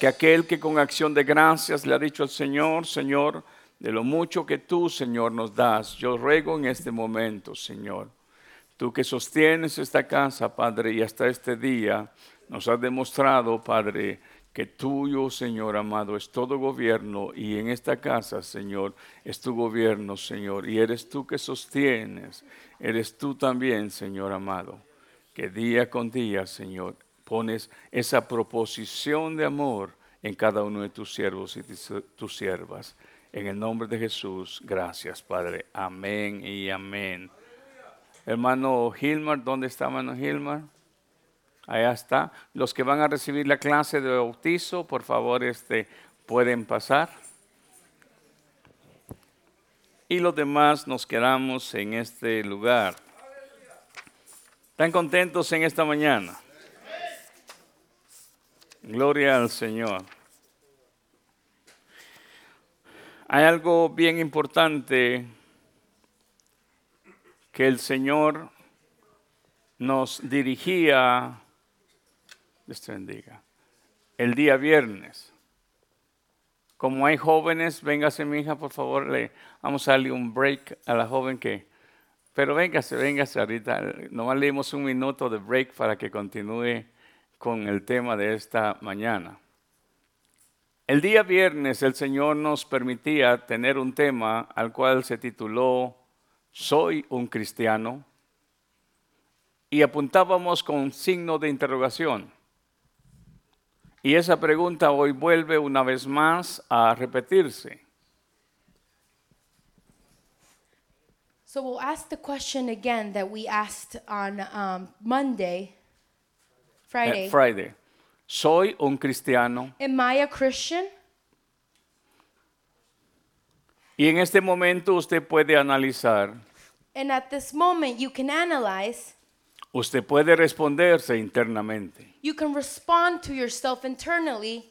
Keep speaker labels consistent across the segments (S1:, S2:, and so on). S1: que aquel que con acción de gracias le ha dicho al Señor, Señor, de lo mucho que tú, Señor, nos das, yo ruego en este momento, Señor, tú que sostienes esta casa, Padre, y hasta este día nos has demostrado, Padre, que tuyo, Señor amado, es todo gobierno y en esta casa, Señor, es tu gobierno, Señor, y eres tú que sostienes, eres tú también, Señor amado, que día con día, Señor, pones esa proposición de amor en cada uno de tus siervos y tus tus siervas. En el nombre de Jesús, gracias, Padre. Amén y amén. Hermano Gilmar, ¿dónde está hermano Gilmar? Allá está. Los que van a recibir la clase de bautizo, por favor, este, pueden pasar. Y los demás nos quedamos en este lugar. ¿Están contentos en esta mañana? Gloria al Señor. Hay algo bien importante que el Señor nos dirigía, Dios te bendiga, el día viernes. Como hay jóvenes, véngase mi hija, por favor, le vamos a darle un break a la joven que... Pero véngase, véngase ahorita, nomás le dimos un minuto de break para que continúe con el tema de esta mañana. El día viernes el Señor nos permitía tener un tema al cual se tituló soy un cristiano? Y apuntábamos con signo de interrogación. Y esa pregunta hoy vuelve una vez más a repetirse.
S2: So we'll ask the question again that we asked on um, Monday,
S1: Eh,
S2: Friday.
S1: Friday. ¿Soy un cristiano?
S2: Am I a Christian?
S1: Y en este momento usted puede analizar,
S2: And at this moment, you can analyze,
S1: usted puede responderse internamente.
S2: you can respond to yourself internally.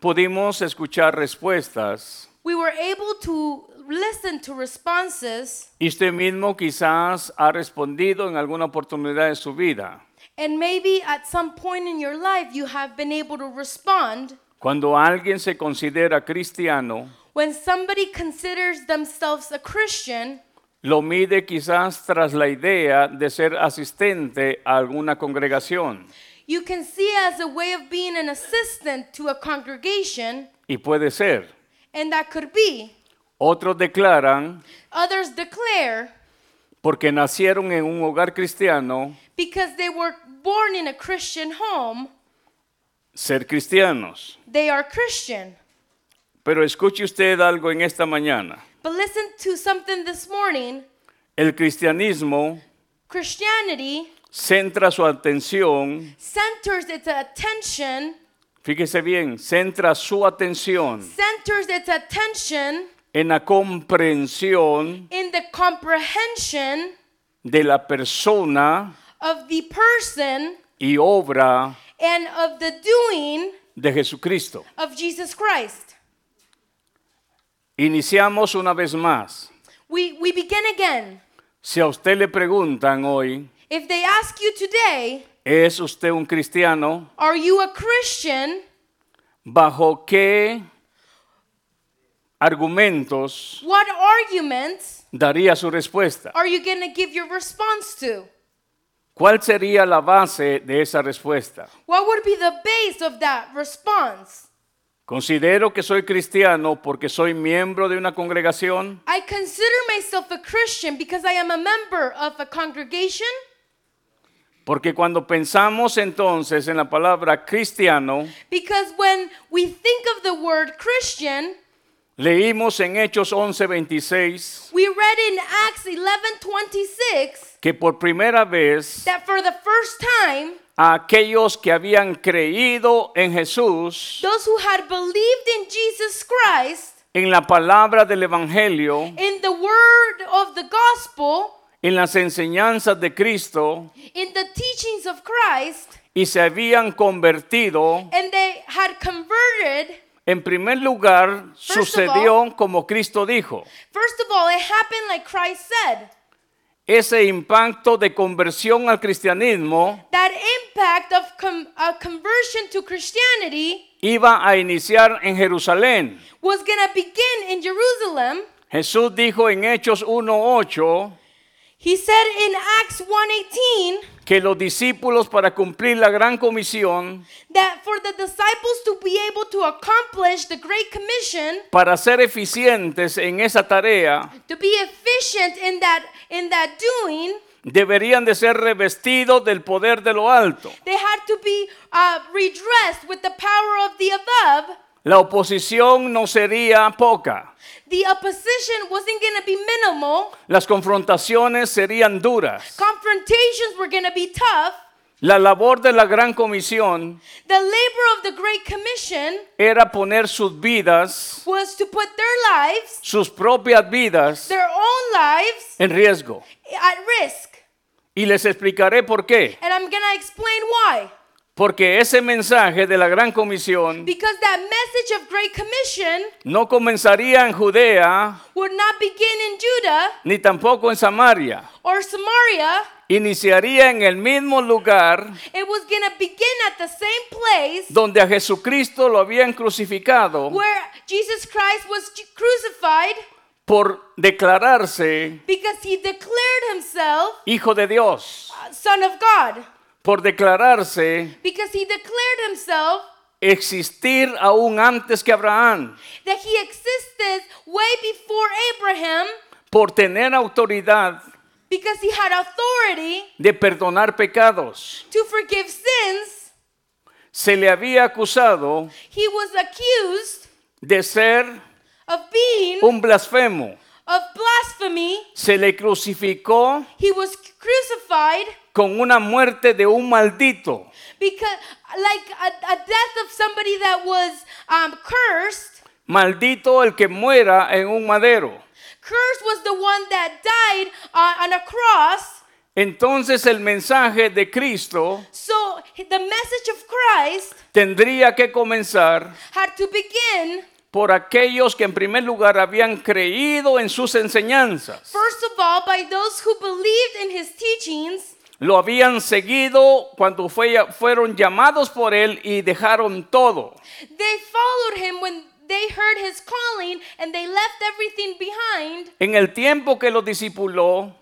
S1: Pudimos escuchar respuestas
S2: We were able to listen to responses,
S1: y usted mismo quizás ha respondido en alguna oportunidad de su vida.
S2: and maybe at some point in your life, you have been able to respond.
S1: Cuando alguien se considera cristiano,
S2: When somebody considers themselves a Christian,
S1: lo mide quizás tras la idea de ser asistente a alguna congregación
S2: you can see as a way of being an assistant to a congregation,
S1: y puede ser.
S2: and that could be.
S1: Otros declaran
S2: Others declare
S1: porque nacieron en un hogar cristiano
S2: because they were born in a Christian home,
S1: ser cristianos.
S2: they are Christian.
S1: Pero escuche usted algo en esta mañana.
S2: But listen to something this morning.
S1: El cristianismo
S2: Christianity
S1: centra su atención,
S2: centers its attention,
S1: fíjese bien, centra su atención
S2: centers its attention
S1: en la comprensión
S2: in the comprehension
S1: de la persona
S2: of the person
S1: y obra
S2: and of the doing
S1: de Jesucristo.
S2: of Jesus Christ.
S1: Iniciamos una vez más.
S2: We, we begin again.
S1: Si a usted le preguntan hoy,
S2: If they ask you today,
S1: ¿es usted un cristiano?
S2: are you a Christian?
S1: ¿Bajo qué argumentos
S2: What arguments
S1: daría su respuesta?
S2: are you going to give your response to?
S1: ¿Cuál sería la base de esa respuesta?
S2: What would be the base of that response?
S1: Considero que soy cristiano porque soy miembro de una congregación.
S2: I consider myself a Christian because I am a member of a congregation.
S1: Porque cuando pensamos entonces en la palabra cristiano,
S2: Because when we think of the word Christian,
S1: leímos en Hechos 11:26
S2: we read in Acts 11:26
S1: que por primera vez
S2: that for the first time,
S1: a aquellos que habían creído en Jesús
S2: those who had believed in Jesus Christ,
S1: en la palabra del Evangelio,
S2: in the word of the gospel,
S1: en las enseñanzas de Cristo,
S2: in the teachings of Christ,
S1: y se habían convertido,
S2: and they had converted,
S1: en primer lugar sucedió como Cristo dijo.
S2: first of all, it happened like Christ said.
S1: Ese impacto de conversión al cristianismo
S2: that impact of com- a conversion to Christianity
S1: iba a iniciar en Jerusalén.
S2: was going to begin in Jerusalem.
S1: Jesús dijo en Hechos 1.8
S2: He said in Acts 1:18
S1: que los discípulos para cumplir la gran comisión,
S2: that for the disciples to be able to accomplish the great commission,
S1: para ser eficientes en esa tarea,
S2: to be efficient in that in that doing,
S1: deberían de ser revestidos del poder de lo alto.
S2: they had to be uh, redressed with the power of the above.
S1: La oposición no sería poca,
S2: The opposition wasn't going to be minimal.
S1: las confrontaciones serían duras.
S2: Confrontations were going to be tough.
S1: La labor de la gran comisión
S2: The labor of the great commission
S1: era poner sus vidas,
S2: was to put their lives,
S1: sus propias vidas,
S2: their own lives
S1: en riesgo.
S2: at risk.
S1: Y les explicaré por qué.
S2: And I'm going to explain why.
S1: Porque ese mensaje de la gran comisión
S2: Because that message of Great Commission
S1: no comenzaría en Judea
S2: would not begin in Judah
S1: ni tampoco en Samaria.
S2: or Samaria.
S1: Iniciaría en el mismo lugar
S2: It was going to begin at the same place
S1: donde a Jesucristo lo habían crucificado
S2: where Jesus Christ was ju- crucified
S1: por declararse
S2: because he declared himself
S1: hijo de Dios,
S2: uh, Son of God,
S1: por declararse
S2: because he declared himself
S1: existir aún antes que Abraham,
S2: that he existed way before Abraham
S1: por tener autoridad
S2: because he had authority
S1: de perdonar pecados.
S2: to forgive sins.
S1: Se le había acusado
S2: He was accused
S1: de ser
S2: of being
S1: un blasfemo.
S2: of blasphemy.
S1: Se le crucificó
S2: He was crucified
S1: con una muerte de un maldito.
S2: because, like a, a death of somebody that was um, cursed.
S1: Maldito el que muera en un madero.
S2: Cursed was the one that died on, on a cross.
S1: Entonces el mensaje de Cristo
S2: So the message of Christ
S1: tendría que comenzar
S2: had to begin
S1: por aquellos que en primer lugar habían creído en sus enseñanzas,
S2: first of all by those who believed in his teachings.
S1: lo habían seguido cuando fue- fueron llamados por él y dejaron todo.
S2: They followed him when they heard his calling and they left everything behind.
S1: En el tiempo que los discipuló,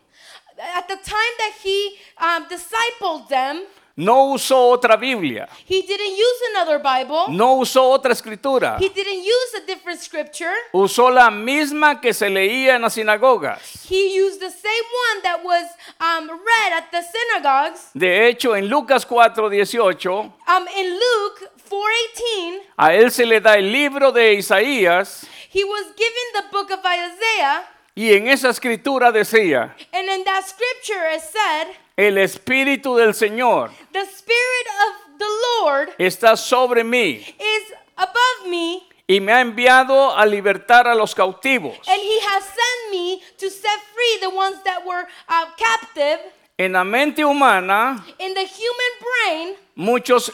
S2: At the time that he um, discipled them,
S1: no usó otra Biblia,
S2: he didn't use another Bible.
S1: no usó otra escritura,
S2: He didn't use a different scripture.
S1: usó la misma que se leía en las sinagogas.
S2: He used the same one that was um, read at the synagogues.
S1: De hecho, en Lucas 4:18,
S2: Um, in Luke 4:18,
S1: a él se le da el libro de Isaías
S2: he was given the book of Isaiah,
S1: y en esa escritura decía,
S2: and in that scripture it said,
S1: el Espíritu del Señor
S2: "The spirit of the Lord
S1: está sobre mí
S2: is above me,
S1: y me ha enviado a libertar a los cautivos,
S2: and he has sent me to set free the ones that were uh, captive."
S1: En la mente humana,
S2: In the human brain,
S1: muchos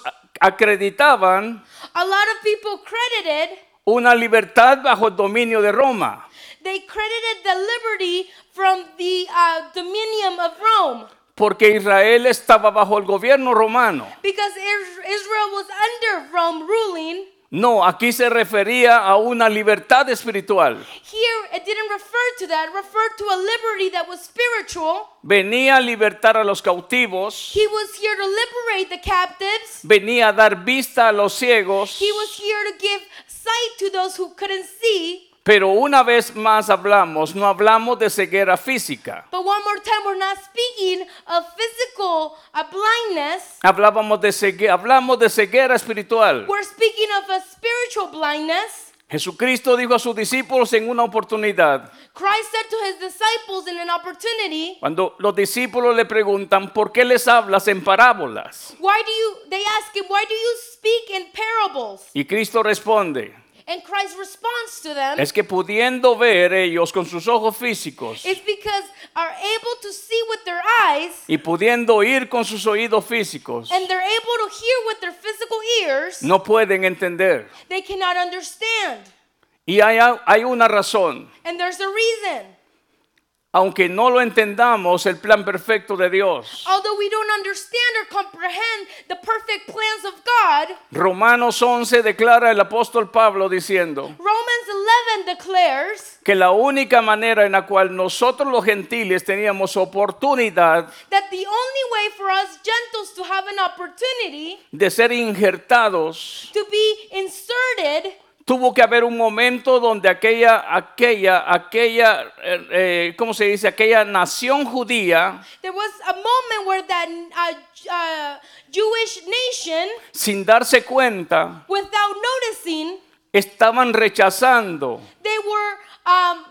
S1: acreditaban
S2: a lot of people credited
S1: una libertad bajo el dominio de Roma,
S2: They credited the liberty from the uh, dominion of Rome
S1: porque Israel estaba bajo el gobierno romano.
S2: because Is- Israel was under Rome ruling.
S1: No, aquí se refería a una libertad espiritual.
S2: Here, it didn't refer to that, it referred to a liberty that was spiritual.
S1: Venía a libertar a los cautivos,
S2: He was here to liberate the captives,
S1: venía a dar vista a los ciegos,
S2: he was here to give sight to those who couldn't see.
S1: pero una vez más hablamos, no hablamos de ceguera física,
S2: But one more time, we're not speaking of physical uh, blindness.
S1: hablábamos de ceguera, hablamos de ceguera espiritual.
S2: We're speaking of a spiritual blindness.
S1: Jesucristo dijo a sus discípulos en una oportunidad,
S2: Christ said to his disciples in an opportunity,
S1: cuando los discípulos le preguntan, ¿por qué les hablas en parábolas?
S2: Why do you, they ask him, why do you speak in parables?
S1: Y Cristo responde,
S2: And Christ responds to them,
S1: es que pudiendo ver ellos con sus ojos físicos
S2: it's because are able to see with their eyes
S1: y pudiendo oír con sus oídos físicos,
S2: and they're able to hear with their physical ears,
S1: no pueden entender.
S2: they cannot understand.
S1: Y hay, hay una razón.
S2: And there's a reason.
S1: Aunque no lo entendamos, el plan perfecto de Dios.
S2: Although we don't understand or comprehend the perfect plans of God,
S1: Romanos 11 declara el apóstol Pablo diciendo
S2: Romans 11 declares
S1: que la única manera en la cual nosotros los gentiles teníamos oportunidad
S2: that the only way for us Gentiles to have an opportunity
S1: de ser injertados,
S2: to be inserted,
S1: tuvo que haber un momento donde aquella, aquella, aquella, eh, eh, ¿cómo se dice? Aquella nación judía,
S2: there was a moment where that uh, J- uh, Jewish nation,
S1: sin darse cuenta,
S2: without noticing,
S1: estaban rechazando
S2: they were um,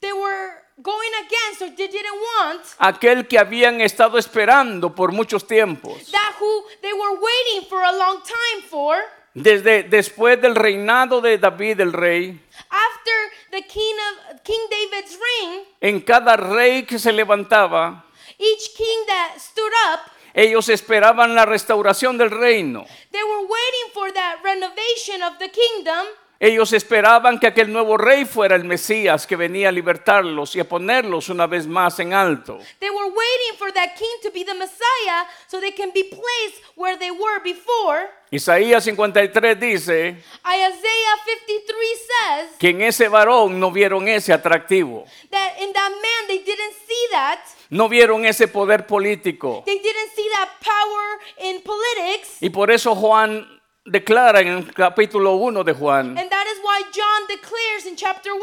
S2: they were going against or they didn't want
S1: aquel que habían estado esperando por muchos tiempos.
S2: that who they were waiting for a long time for
S1: Desde después del reinado de David el rey,
S2: after the king of king david's reign
S1: en cada rey que se levantaba,
S2: each king that stood up
S1: ellos esperaban la restauración del reino.
S2: they were waiting for that renovation of the kingdom
S1: Ellos esperaban que aquel nuevo rey fuera el Mesías que venía a libertarlos y a ponerlos una vez más en alto.
S2: they were waiting for that king to be the messiah so they can be placed where they were before
S1: Isaías 53 dice
S2: isaiah 53 says
S1: que en ese varón no vieron ese atractivo,
S2: that in that man they didn't see that
S1: no vieron ese poder político.
S2: They didn't see that power in politics,
S1: Y por eso Juan declara en el capítulo 1 de Juan,
S2: and that is why John declares in chapter 1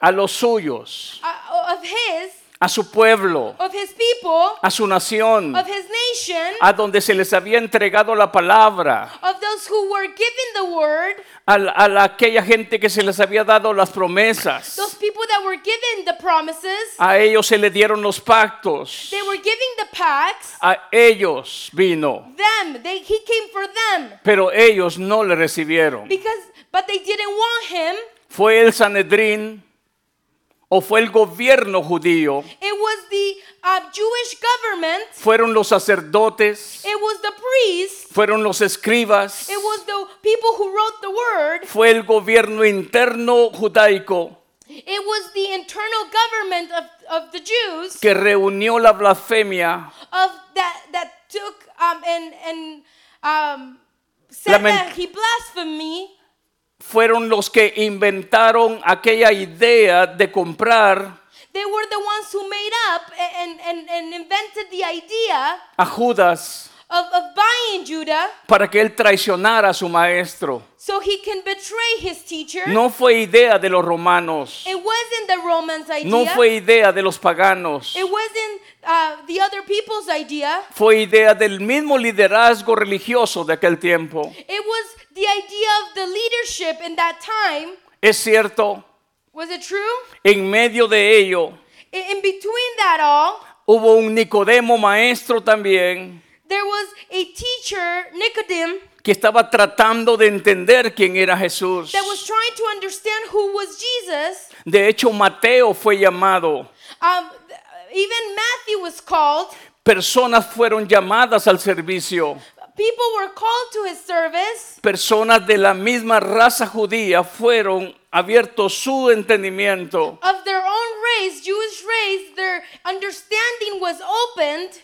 S1: a los suyos,
S2: uh, of his,
S1: a su pueblo,
S2: of his people,
S1: a su nación,
S2: of his nation,
S1: a donde se les había entregado la palabra,
S2: of those who were given the word,
S1: a, la- a la- aquella gente que se les había dado las
S2: those
S1: promesas.
S2: people that were given the promises,
S1: A ellos se les dieron los pactos.
S2: they were giving the pacts,
S1: A ellos vino,
S2: them, they, he came for them,
S1: pero ellos no le recibieron.
S2: because, but they didn't want him.
S1: ¿Fue el Sanedrín o fue el gobierno judío?
S2: It was the uh, Jewish government,
S1: ¿Fueron los sacerdotes?
S2: it was the priests,
S1: ¿Fueron los escribas?
S2: it was the people who wrote the word.
S1: fue el gobierno interno judaico
S2: It was the internal government of, of the Jews
S1: que reunió la blasfemia,
S2: of that that took um, and and um, said
S1: Lament-
S2: that he blasphemy.
S1: fueron los que inventaron aquella idea de comprar
S2: They were the ones who made up and and, and invented the idea
S1: a Judas
S2: of, of buying Judah
S1: para que él traicionara a su maestro.
S2: so he can betray his teacher.
S1: No fue idea de los romanos,
S2: It wasn't the Romans' idea.
S1: no fue idea de los paganos,
S2: It wasn't uh, the other people's idea.
S1: fue idea del mismo liderazgo religioso de aquel tiempo.
S2: It was the idea of the leadership in that time.
S1: Es cierto,
S2: Was it true?
S1: en medio de ello
S2: In in between that all,
S1: hubo un Nicodemo maestro también
S2: there was a teacher, Nicodemus,
S1: que estaba tratando de entender quién era Jesús.
S2: that was trying to understand who was Jesus.
S1: De hecho, Mateo fue llamado.
S2: Um, th- even Matthew was called.
S1: Personas fueron llamadas al servicio.
S2: People were called to his service.
S1: Personas de la misma raza judía fueron abiertos su entendimiento
S2: Of their own race, Jewish race, their understanding was opened.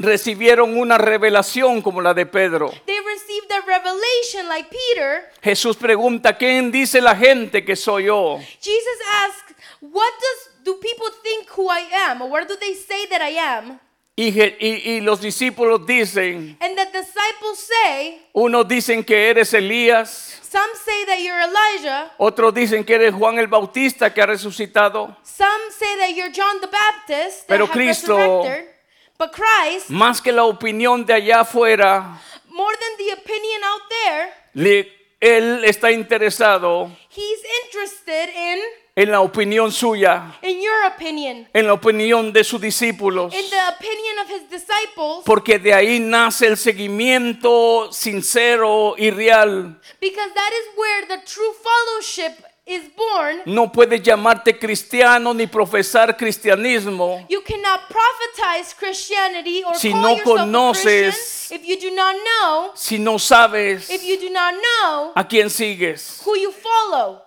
S1: recibieron una revelación como la de Pedro.
S2: They received a revelation like Peter.
S1: Jesús pregunta, ¿quién dice la gente que soy yo?
S2: Jesus asked, What does do people think who I am? Or what do they say that I am?
S1: Y, Je- y- y los discípulos dicen,
S2: And the disciples say,
S1: unos dicen que eres Elías,
S2: Some say that you're Elijah.
S1: otros dicen que eres Juan el Bautista que ha resucitado.
S2: Some say that you're John the Baptist, that
S1: Pero
S2: have
S1: Cristo-
S2: resurrected. but Christ,
S1: Más que la opinión de allá afuera,
S2: more than the opinion out there,
S1: Le- él está interesado
S2: he's interested in
S1: en la opinión suya,
S2: in your opinion,
S1: en la opinión de sus discípulos,
S2: in the opinion of his disciples,
S1: porque de ahí nace el seguimiento sincero y real.
S2: because that is where the true fellowship is born.
S1: No puedes llamarte cristiano ni profesar cristianismo
S2: You cannot prophetize Christianity or
S1: Si
S2: call
S1: no
S2: yourself a
S1: conoces-
S2: Christian if you do not know,
S1: si no sabes
S2: if you do not know
S1: a quién sigues.
S2: who you follow.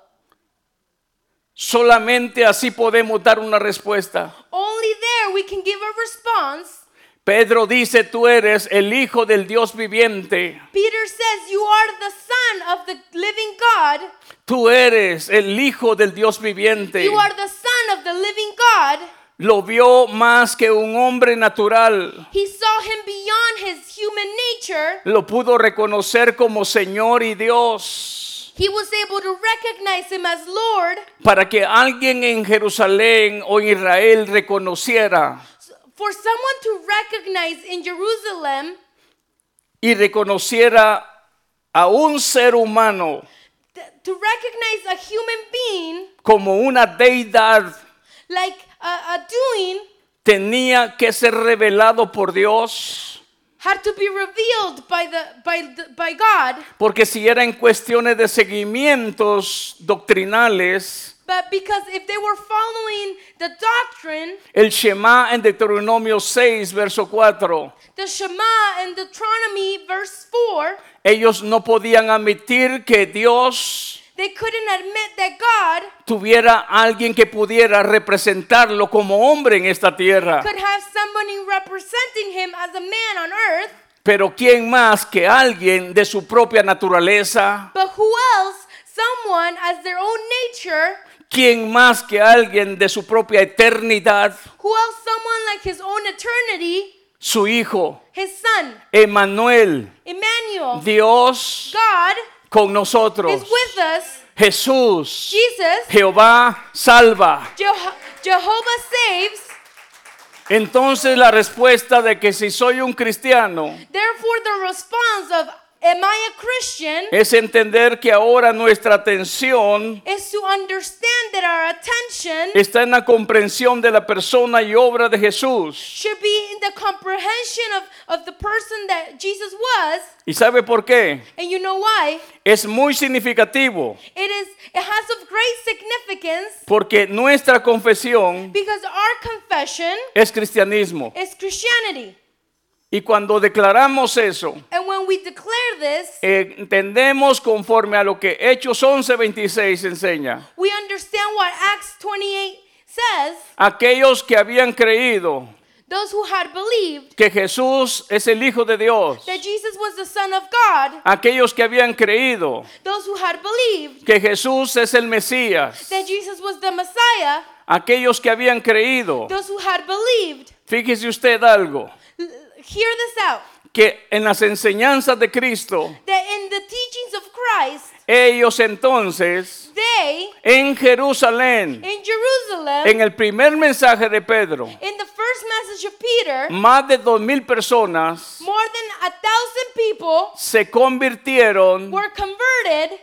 S1: Solamente así podemos dar una respuesta.
S2: Only there we can give a response.
S1: Pedro dice, tú eres el Hijo del Dios viviente.
S2: Peter says, You are the Son of the living God.
S1: Tú eres el Hijo del Dios viviente.
S2: You are the Son of the living God.
S1: Lo vio más que un hombre natural.
S2: He saw him beyond his human nature.
S1: Lo pudo reconocer como Señor y Dios.
S2: He was able to recognize him as Lord
S1: Para que alguien en Jerusalén o en Israel reconociera
S2: for someone to recognize in Jerusalem
S1: y reconociera a un ser humano
S2: th- to recognize a human being
S1: como una deidad
S2: like a, a doing
S1: tenía que ser revelado por Dios.
S2: had to be revealed by the by the, by God
S1: Porque si era en cuestiones de seguimientos doctrinales,
S2: but because if they were following the doctrine
S1: El Shema en Deuteronomio 6, verso 4.
S2: the Shema in Deuteronomy verse 4
S1: Ellos no podían admitir que Dios
S2: they couldn't admit that God
S1: tuviera a alguien que pudiera representarlo como hombre en esta tierra.
S2: could have somebody representing him as a man on earth
S1: Pero ¿quién más que alguien de su propia naturaleza?
S2: but who else someone as their own nature
S1: ¿Quién más que alguien de su propia eternidad?
S2: Who else? Someone like his own eternity,
S1: Su Hijo,
S2: his son,
S1: Emanuel,
S2: Emmanuel.
S1: Dios
S2: God
S1: con
S2: is
S1: nosotros.
S2: with us.
S1: Jesús,
S2: Jesus,
S1: Jehová salva.
S2: Jeho- Jehovah saves.
S1: Entonces la respuesta de que si soy un cristiano
S2: Therefore, the response of Am I a Christian?
S1: es entender que ahora nuestra atención
S2: is to understand that our attention
S1: está en la comprensión de la persona y obra de Jesús.
S2: should be in the comprehension of, of the person that Jesus was.
S1: ¿Y sabe por qué?
S2: And you know why?
S1: Es muy significativo
S2: It is it has of great significance
S1: porque nuestra confesión
S2: because our confession
S1: es cristianismo.
S2: is Christianity.
S1: Y cuando declaramos eso,
S2: And when we declare this,
S1: entendemos conforme a lo que Hechos 11:26 enseña.
S2: we understand what Acts 28 says.
S1: Aquellos que habían creído
S2: Those who had believed
S1: que Jesús es el Hijo de Dios.
S2: that Jesus was the Son of God,
S1: aquellos que habían creído
S2: those who had believed
S1: que Jesús es el Mesías,
S2: that Jesus was the Messiah,
S1: aquellos que habían creído,
S2: those who had believed,
S1: fíjese usted algo,
S2: l- hear this out,
S1: que en las enseñanzas de Cristo,
S2: that in the teachings of Christ,
S1: ellos entonces,
S2: they
S1: en Jerusalén,
S2: in Jerusalem,
S1: en el primer mensaje de Pedro,
S2: in the first message of Peter,
S1: más de dos mil personas
S2: more than a thousand people
S1: se convirtieron.
S2: were converted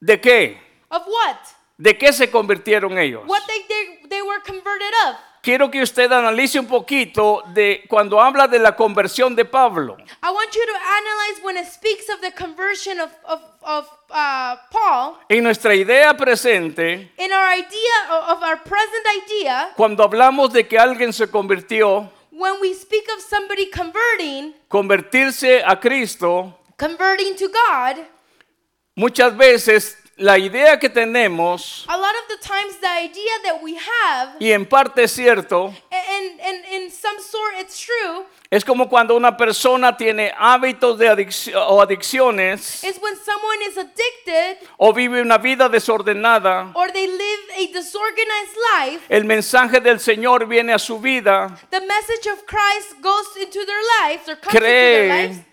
S1: ¿De qué?
S2: of what?
S1: ¿De qué se convirtieron ellos?
S2: What they, they, they were converted of.
S1: Quiero que usted analice un poquito de cuando habla de la conversión de Pablo.
S2: I want you to analyze when it speaks of the conversion of, of, of uh, Paul
S1: En nuestra idea presente,
S2: in our idea of of our present idea.
S1: Cuando hablamos de que alguien se convirtió,
S2: When we speak of somebody converting,
S1: convertirse a Cristo,
S2: converting to God,
S1: muchas veces la idea que tenemos,
S2: a lot of the times the idea that we have,
S1: y en parte es cierto,
S2: and, and in some sort it's true,
S1: es como cuando una persona tiene hábitos de adic- o adicciones
S2: is when someone is addicted
S1: o vive una vida desordenada.
S2: or they live a disorganized life,
S1: El mensaje del Señor viene a su vida,
S2: the message of Christ goes into their lives or comes into their lives.
S1: cree,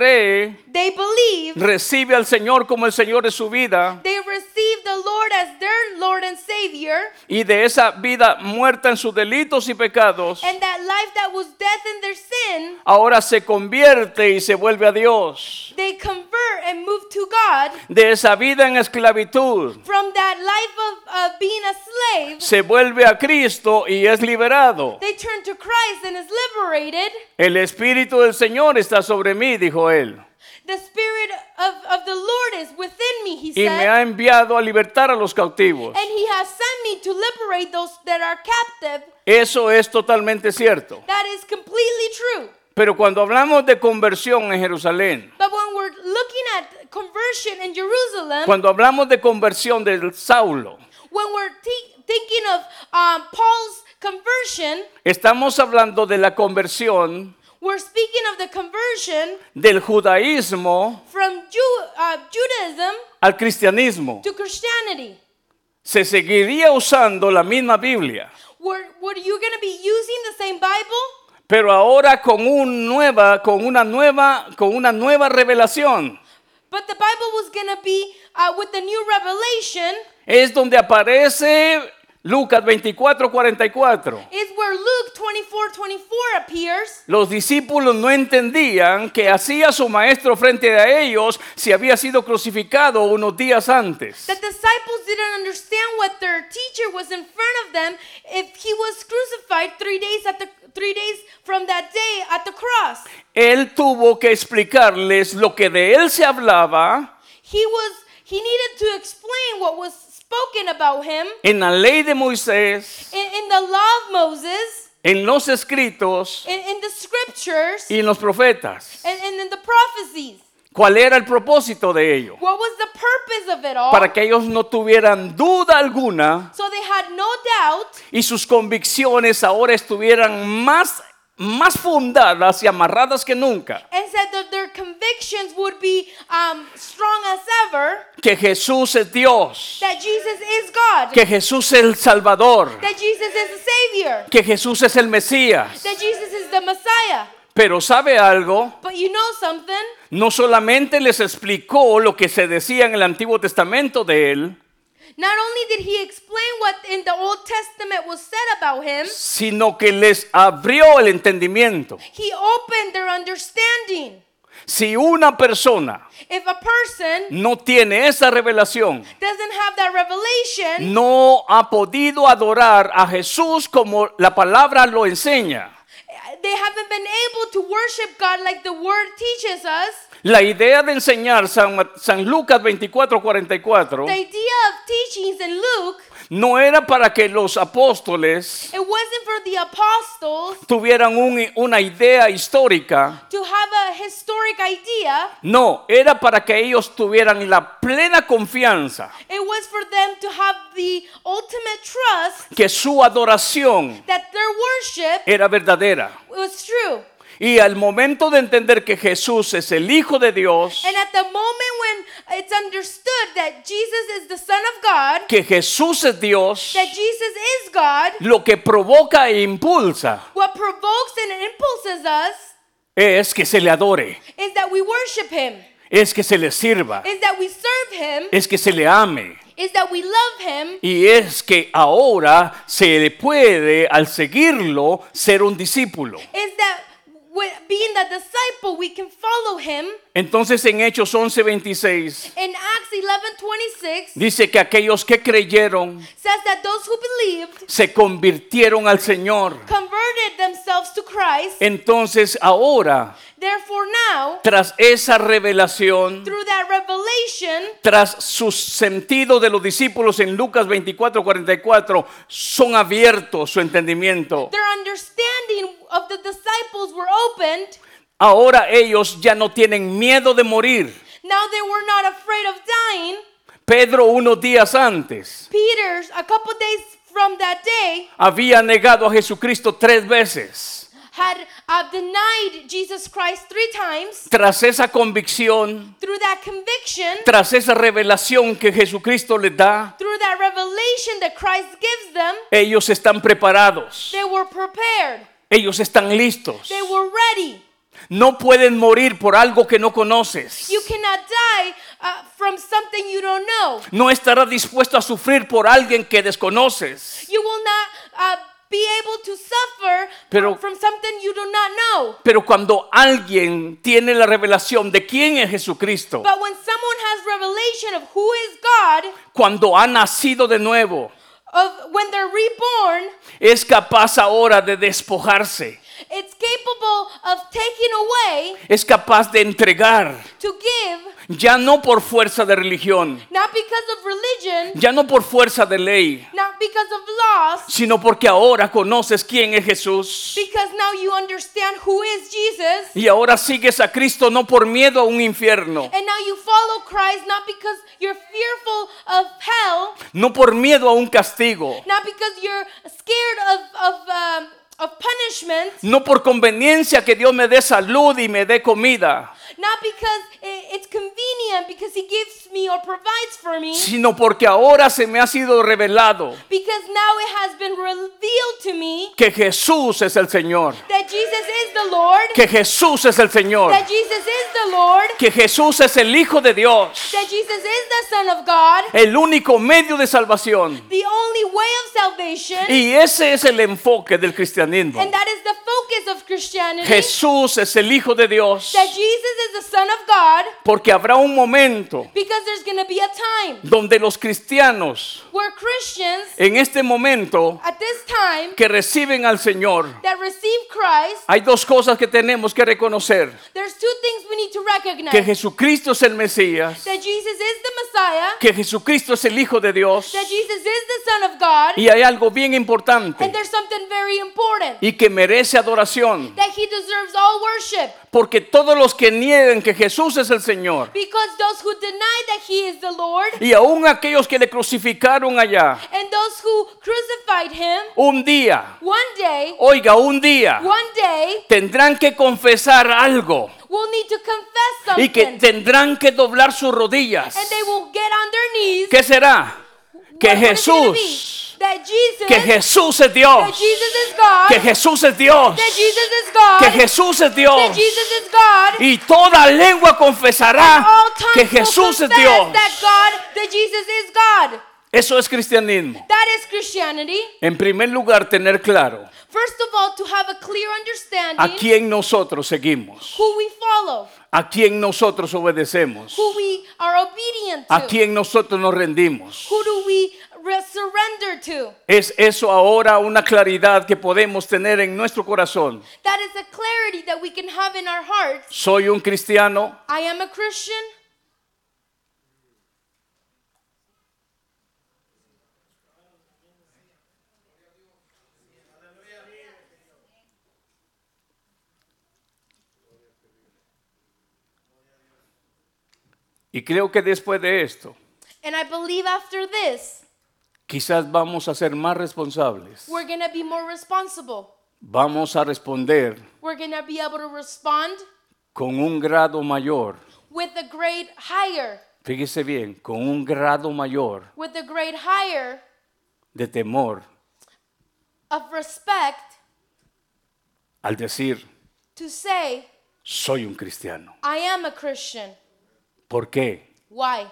S1: cree,
S2: They believe
S1: recibe al Señor como el Señor de su vida
S2: They receive the Lord as their Lord and Savior,
S1: y de esa vida muerta en sus delitos y pecados.
S2: and that life that was death in their sin,
S1: ahora se convierte y se vuelve a Dios.
S2: they convert and move to God.
S1: De esa vida en esclavitud
S2: From that life of, of being a slave,
S1: se vuelve a Cristo y es liberado.
S2: they turn to Christ and is liberated.
S1: El Espíritu del Señor está sobre mí, dijo él,
S2: The Spirit of, of the Lord is within me, he
S1: y me
S2: said,
S1: ha enviado a libertar a los cautivos.
S2: and he has sent me to liberate those that are captive.
S1: Eso es totalmente cierto.
S2: That is completely true.
S1: Pero cuando hablamos de conversión en Jerusalén,
S2: But when we're looking at conversion in Jerusalem,
S1: cuando hablamos de conversión del Saulo,
S2: when we're thi- thinking of um, Paul's conversion,
S1: Estamos hablando de la conversión
S2: we're speaking of the conversion
S1: del judaísmo
S2: from Ju- uh, Judaism
S1: al cristianismo.
S2: to Christianity.
S1: Se seguiría usando la misma Biblia,
S2: Were, were you going to be using the same Bible?
S1: pero ahora con, un nueva, con, una, nueva, con una nueva revelación.
S2: But the Bible was going to be uh, with the new revelation,
S1: Es donde aparece Lucas 24, 44.
S2: is where Luke 24 24 appears.
S1: Los discípulos no entendían que hacía su maestro frente a ellos si había sido crucificado unos días antes.
S2: The disciples didn't understand what their teacher was in front of them if he was crucified three days at the three days from that day at the cross.
S1: Él tuvo que explicarles lo que de él se hablaba
S2: He was he needed to explain what was spoken about him
S1: en la ley de Moisés,
S2: in, in the law of Moses,
S1: en los escritos
S2: in, in the scriptures,
S1: y en los profetas.
S2: and, and in the prophecies.
S1: ¿Cuál era el propósito de ello?
S2: What was the purpose of it all?
S1: Para que ellos no tuvieran duda alguna
S2: So they had no doubt
S1: y sus convicciones ahora estuvieran más, más fundadas y amarradas que nunca.
S2: and said that their convictions would be um, strong as ever
S1: que Jesús es Dios,
S2: that Jesus is God,
S1: que Jesús es el Salvador,
S2: that Jesus is the Savior.
S1: que Jesús es el Mesías.
S2: that Jesus is the Messiah.
S1: Pero sabe algo,
S2: But you know something?
S1: no solamente les explicó lo que se decía en el Antiguo Testamento de él,
S2: Not only did he explain what in the Old Testament was said about him,
S1: sino que les abrió el entendimiento.
S2: he opened their understanding.
S1: Si una persona
S2: If a person
S1: no tiene esa revelación,
S2: doesn't have that revelation,
S1: no ha podido adorar a Jesús como la palabra lo enseña.
S2: they haven't been able to worship God like the word teaches us.
S1: La idea de enseñar San, Ma- San Lucas 24,
S2: The idea of teachings in Luke,
S1: no era para que los apóstoles
S2: it wasn't for the apostles
S1: tuvieran un- una idea histórica.
S2: to have a historic idea.
S1: No, era para que ellos tuvieran la plena confianza
S2: It was for them to have the ultimate trust
S1: que su adoración
S2: that their worship
S1: era verdadera.
S2: It was true.
S1: Y al momento de entender que Jesús es el Hijo de Dios,
S2: And at the moment when it's understood that Jesus is the Son of God,
S1: que Jesús es Dios,
S2: that Jesus is God,
S1: lo que provoca e impulsa
S2: what provokes and impulses us
S1: es que se le adore,
S2: is that we worship Him,
S1: es que se le sirva,
S2: is that we serve Him,
S1: es que se le ame.
S2: is that we love Him,
S1: Y es que ahora se le puede, al seguirlo, ser un discípulo.
S2: is that with being the disciple, we can follow Him.
S1: Entonces en Hechos 11:26
S2: In Acts 11 26,
S1: dice que aquellos que creyeron
S2: says that those who believed
S1: se convirtieron al Señor.
S2: converted themselves to Christ.
S1: Entonces ahora,
S2: Therefore, now,
S1: tras esa revelación,
S2: through that revelation,
S1: tras sus sentidos de los discípulos en Lucas 24:44, son abiertos su entendimiento.
S2: Their understanding of the disciples were opened.
S1: Ahora ellos ya no tienen miedo de morir.
S2: Now they were not afraid of dying.
S1: Pedro unos días antes
S2: Peter's a couple days from that day
S1: había negado a Jesucristo tres veces.
S2: had uh, denied Jesus Christ three times.
S1: Tras esa convicción,
S2: Through that conviction,
S1: tras esa revelación que Jesucristo les da,
S2: through that revelation that Christ gives them,
S1: ellos están preparados,
S2: they were prepared.
S1: ellos están listos.
S2: They were ready.
S1: No pueden morir por algo que no conoces.
S2: You cannot die uh, from something you don't know.
S1: No estarás dispuesto a sufrir por alguien que desconoces.
S2: You will not uh, be able to suffer
S1: Pero-
S2: from something you do not know.
S1: Pero cuando alguien tiene la revelación de quién es Jesucristo,
S2: But when someone has revelation of who is God,
S1: cuando ha nacido de nuevo,
S2: of when they're reborn,
S1: es capaz ahora de despojarse,
S2: it's capable of taking away
S1: es capaz de entregar,
S2: to give,
S1: ya no por fuerza de religión,
S2: not because of religion,
S1: ya no por fuerza de ley,
S2: not because of laws,
S1: sino porque ahora conoces quién es Jesús.
S2: because now you understand who is Jesus,
S1: Y ahora sigues a Cristo no por miedo a un infierno,
S2: and now you follow Christ not because you're fearful of hell,
S1: no por miedo a un castigo,
S2: Not because you're scared of, of, um, of punishment,
S1: no por conveniencia que Dios me dé salud y me dé comida,
S2: not because i- it's convenient, because He gives me or provides for me,
S1: sino porque ahora se me ha sido revelado
S2: because now it has been revealed to me
S1: que Jesús es el Señor,
S2: that Jesus is the Lord,
S1: que Jesús es el Señor,
S2: that Jesus is the Lord,
S1: que Jesús es el Hijo de Dios,
S2: that Jesus is the Son of God,
S1: el único medio de salvación.
S2: the only way of salvation,
S1: Y ese es el enfoque del cristianismo.
S2: and that is the focus of Christianity.
S1: Jesús es el Hijo de Dios.
S2: That Jesus is the Son of God,
S1: Porque habrá un momento
S2: because there's going to be a time
S1: donde los cristianos
S2: where Christians
S1: en este momento
S2: at this time
S1: que reciben al Señor,
S2: that receive Christ,
S1: hay dos cosas que tenemos que reconocer.
S2: there's two things we need to
S1: Que
S2: recognize.
S1: Jesucristo es el Mesías,
S2: That Jesus is the Messiah,
S1: que Jesucristo es el Hijo de Dios.
S2: that Jesus is the Son of God,
S1: Y hay algo bien
S2: and
S1: importante
S2: there's something very important.
S1: y que merece adoración.
S2: That he deserves all worship
S1: Porque todos los que niegan que Jesús es el Señor
S2: because those who deny that he is the Lord
S1: y aún aquellos que le crucificaron allá,
S2: and those who crucified him
S1: un día,
S2: one day,
S1: oiga, un día,
S2: one day
S1: tendrán que confesar algo
S2: will need to confess
S1: y que
S2: something
S1: tendrán que doblar sus rodillas.
S2: and they will get on their knees.
S1: ¿Qué será? Que
S2: What- what is it gonna be?
S1: Jesús,
S2: that Jesus,
S1: que Jesús es Dios,
S2: that Jesus is God,
S1: que Jesús es Dios,
S2: that Jesus is God,
S1: que Jesús es
S2: that
S1: Dios.
S2: Jesus is God.
S1: Y toda lengua confesará
S2: all tongues
S1: que
S2: will
S1: Jesús es
S2: confess
S1: Dios.
S2: That God, that Jesus is God.
S1: Eso es cristianismo.
S2: That is Christianity.
S1: En primer lugar, tener claro
S2: First of all, to have a clear understanding
S1: a quién nosotros seguimos,
S2: who we follow,
S1: a quién nosotros obedecemos,
S2: who we are obedient to,
S1: a quién nosotros nos rendimos.
S2: who do we re- surrender to.
S1: Es eso ahora una claridad que podemos tener en nuestro corazón.
S2: That is a clarity that we can have in our hearts.
S1: Soy un cristiano,
S2: I am a Christian.
S1: y creo que después de esto,
S2: And I believe after this,
S1: quizás vamos a ser más responsables.
S2: we're going to be more responsible.
S1: Vamos a responder
S2: We're going to be able to respond
S1: con un grado mayor.
S2: with a grade higher,
S1: Fíjese bien, con un grado mayor
S2: with a grade higher
S1: de temor
S2: of respect
S1: al decir,
S2: to say,
S1: soy un cristiano.
S2: I am a Christian.
S1: ¿Por qué?
S2: Why?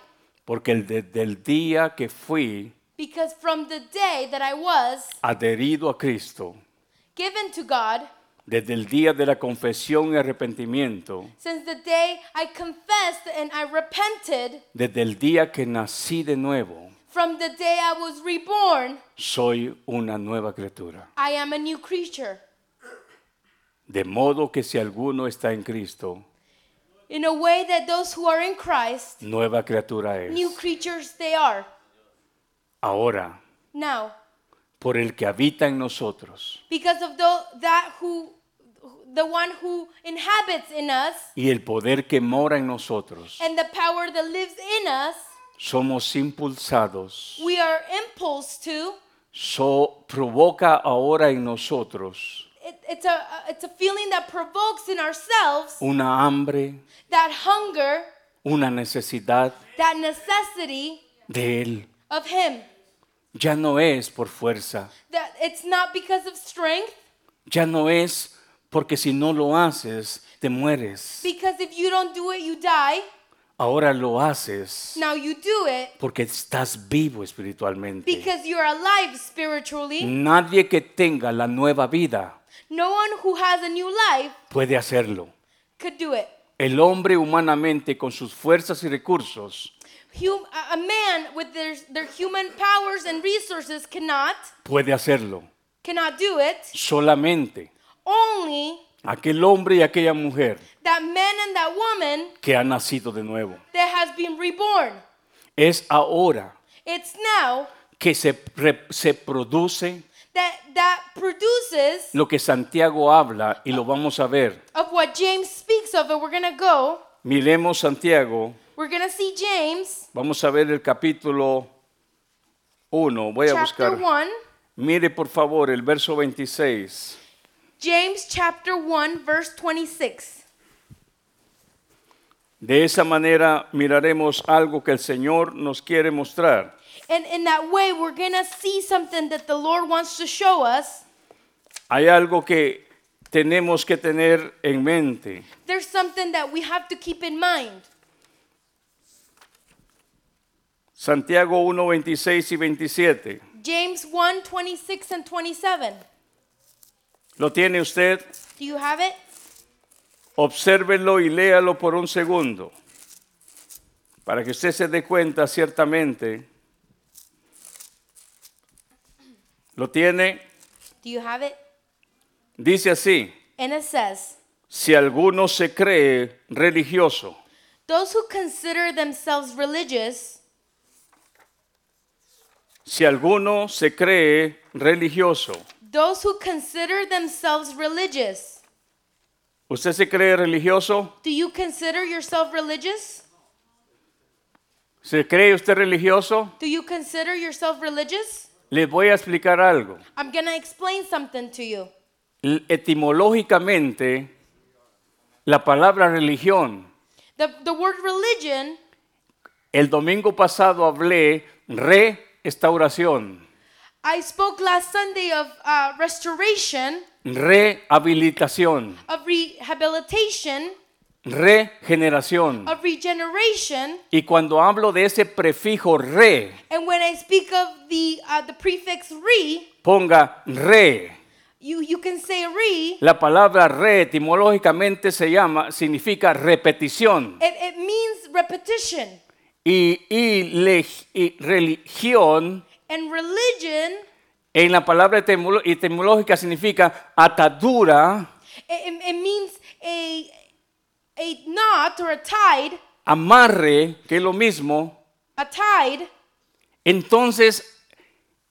S1: Porque el- desde el día que fui
S2: Because from the day that I was
S1: adherido a Cristo,
S2: given to God,
S1: desde el día de la confesión y arrepentimiento,
S2: since the day I confessed and I repented,
S1: desde el día que nací de nuevo,
S2: from the day I was reborn,
S1: soy una nueva criatura.
S2: I am a new creature.
S1: De modo que si alguno está en Cristo,
S2: In a way that those who are in Christ,
S1: nueva criatura
S2: new
S1: es.
S2: creatures they are.
S1: Ahora,
S2: Now,
S1: por el que habita en nosotros
S2: because of tho- that who the one who inhabits in us
S1: y el poder que mora en nosotros,
S2: and the power that lives in us,
S1: somos impulsados.
S2: we are impulsed to
S1: So, provoca ahora en nosotros
S2: It, it's a it's a feeling that provokes in ourselves
S1: una hambre,
S2: that hunger,
S1: una necesidad
S2: that necessity
S1: de Él.
S2: of Him.
S1: Ya no es por fuerza,
S2: That it's not because of strength,
S1: ya no es porque si no lo haces, te mueres.
S2: because if you don't do it, you die.
S1: Ahora lo haces
S2: Now you do it
S1: porque estás vivo espiritualmente.
S2: because you're alive
S1: Mm.
S2: spiritually.
S1: Nadie que tenga la nueva vida
S2: No one who has a new life
S1: puede hacerlo.
S2: could do it.
S1: El hombre humanamente con sus fuerzas y recursos
S2: Hum, a- a man with their, their human powers and resources cannot
S1: puede hacerlo.
S2: cannot do it.
S1: Solamente
S2: Only
S1: aquel hombre y aquella mujer
S2: that man and that woman
S1: que ha nacido de nuevo.
S2: that has been reborn.
S1: Es ahora
S2: It's now
S1: que se, re- se produce
S2: that that produces
S1: lo que Santiago habla y lo vamos a ver.
S2: of what James speaks of and we're going to go
S1: Miremos Santiago,
S2: we're going to see James
S1: vamos a ver el capítulo 1, voy a
S2: chapter
S1: buscar.
S2: 1,
S1: Mire por favor el verso 26.
S2: James chapter 1, verse 26.
S1: De esa manera miraremos algo que el Señor nos quiere mostrar.
S2: And in that way, we're going to see something that the Lord wants to show us.
S1: Hay algo que tenemos que tener en mente.
S2: There's something that we have to keep in mind.
S1: Santiago 1, 26 y 27.
S2: James 1, 26 and 27.
S1: ¿Lo tiene usted?
S2: Do you have it?
S1: Obsérvelo y léalo por un segundo, para que usted se dé cuenta ciertamente. ¿Lo tiene?
S2: Do you have it?
S1: Dice así,
S2: And it says,
S1: si alguno se cree religioso,
S2: Those who consider themselves religious,
S1: si alguno se cree religioso,
S2: those who consider themselves religious.
S1: ¿usted se cree religioso?
S2: Do you consider yourself religious?
S1: ¿Se cree usted religioso?
S2: Do you consider yourself religious?
S1: Les voy a explicar algo.
S2: I'm going to explain something to you.
S1: L- Etimológicamente, la palabra religión
S2: The, the word religion,
S1: El domingo pasado hablé restauración,
S2: I spoke last Sunday of uh, restoration,
S1: rehabilitación,
S2: of rehabilitation,
S1: regeneración.
S2: of regeneration.
S1: Y cuando hablo de ese prefijo re,
S2: And when I speak of the, uh, the prefix re,
S1: ponga re.
S2: you, you can say re.
S1: La palabra re etimológicamente se llama, significa repetición.
S2: It, it means repetition.
S1: Y, y leg- y religión
S2: And religion,
S1: en la palabra etimolo- etimológica significa atadura,
S2: it, it- it means a, a knot or a tide,
S1: amarre, que es lo mismo,
S2: a tide.
S1: Entonces,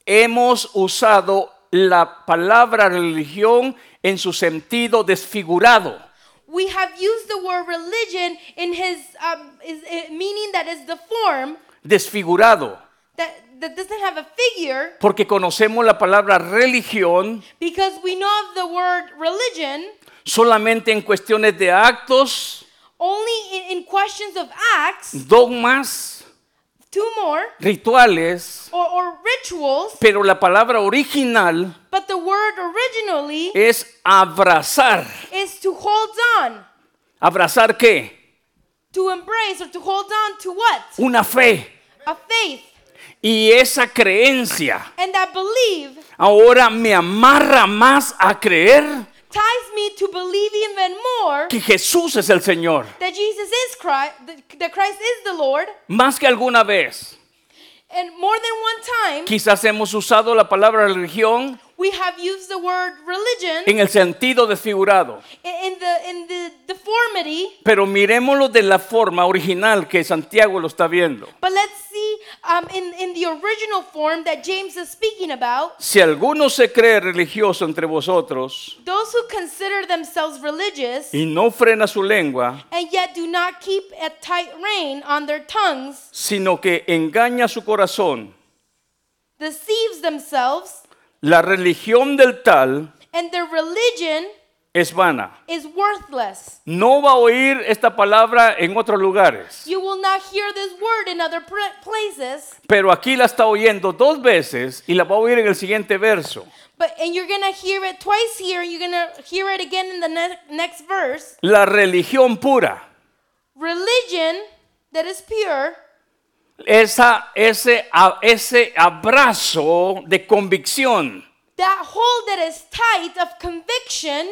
S1: hemos usado la palabra religión en su sentido desfigurado.
S2: We have used the word religion in his um, is, it- meaning that is the form
S1: Desfigurado.
S2: that, that doesn't have a figure
S1: Porque conocemos la palabra religión
S2: because we know of the word religion
S1: solamente en cuestiones de actos,
S2: only in, in questions of acts,
S1: dogmas,
S2: two more,
S1: rituales.
S2: or, or rituals.
S1: Pero la palabra original
S2: But the word originally
S1: es abrazar.
S2: is to hold on,
S1: ¿Abrazar qué?
S2: to embrace, or to hold on to what?
S1: Una fe.
S2: A faith.
S1: Y esa creencia
S2: And that belief
S1: ahora me amarra más a creer
S2: ties me to believe even more
S1: que Jesús es el Señor.
S2: that Jesus is Christ, that Christ is the Lord.
S1: Más que alguna vez,
S2: And more than one time,
S1: quizás hemos usado la palabra religión
S2: we have used the word religion
S1: en el sentido desfigurado,
S2: in in the in the deformity.
S1: pero miremoslo de la forma original que Santiago lo está viendo.
S2: But let's see um, in, in the original form that James is speaking about.
S1: Si alguno se cree religioso entre vosotros
S2: Those who consider themselves religious
S1: y no frena su lengua,
S2: and yet do not keep a tight rein on their tongues,
S1: sino que engaña su corazón,
S2: deceives themselves,
S1: la religión del tal
S2: and their religion
S1: es vana.
S2: is worthless.
S1: No va a oír esta palabra en otros lugares,
S2: You will not hear this word in other pla- places,
S1: pero aquí la está oyendo dos veces y la va a oír en el siguiente verso.
S2: but and you're gonna hear it twice here, and you're gonna hear it again in the ne- next verse.
S1: La religión pura.
S2: Religion that is pure,
S1: esa, ese, a- ese abrazo de convicción.
S2: that hold that is tight of conviction.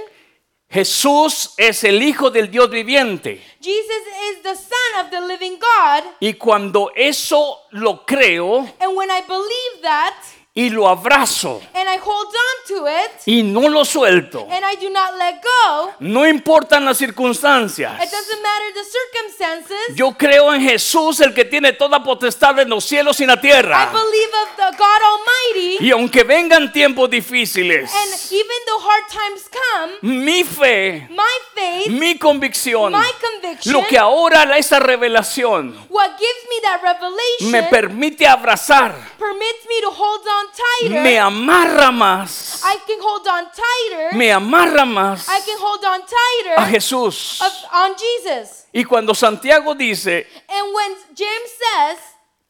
S1: Jesús es el Hijo del Dios viviente.
S2: Jesus is the Son of the Living God,
S1: Y cuando eso lo creo
S2: and when I believe that
S1: y lo abrazo
S2: and I hold on to it
S1: y no lo suelto,
S2: and I do not let go,
S1: no importan las
S2: It
S1: circunstancias.
S2: doesn't matter the circumstances.
S1: Yo creo en Jesús, el que tiene toda potestad en los cielos y en la
S2: I
S1: tierra.
S2: believe of the God Almighty,
S1: Y aunque vengan tiempos difíciles,
S2: and even though hard times come,
S1: mi fe,
S2: my faith,
S1: mi convicción,
S2: my conviction,
S1: lo que ahora esa revelación
S2: what gives me that
S1: me
S2: revelation
S1: permite abrazar
S2: permits me me to hold on tighter.
S1: me amarra más,
S2: I can hold on tighter.
S1: me amarra más
S2: I can hold on
S1: a
S2: tighter
S1: Jesús.
S2: of, on Jesus.
S1: Y cuando Santiago dice,
S2: And when James says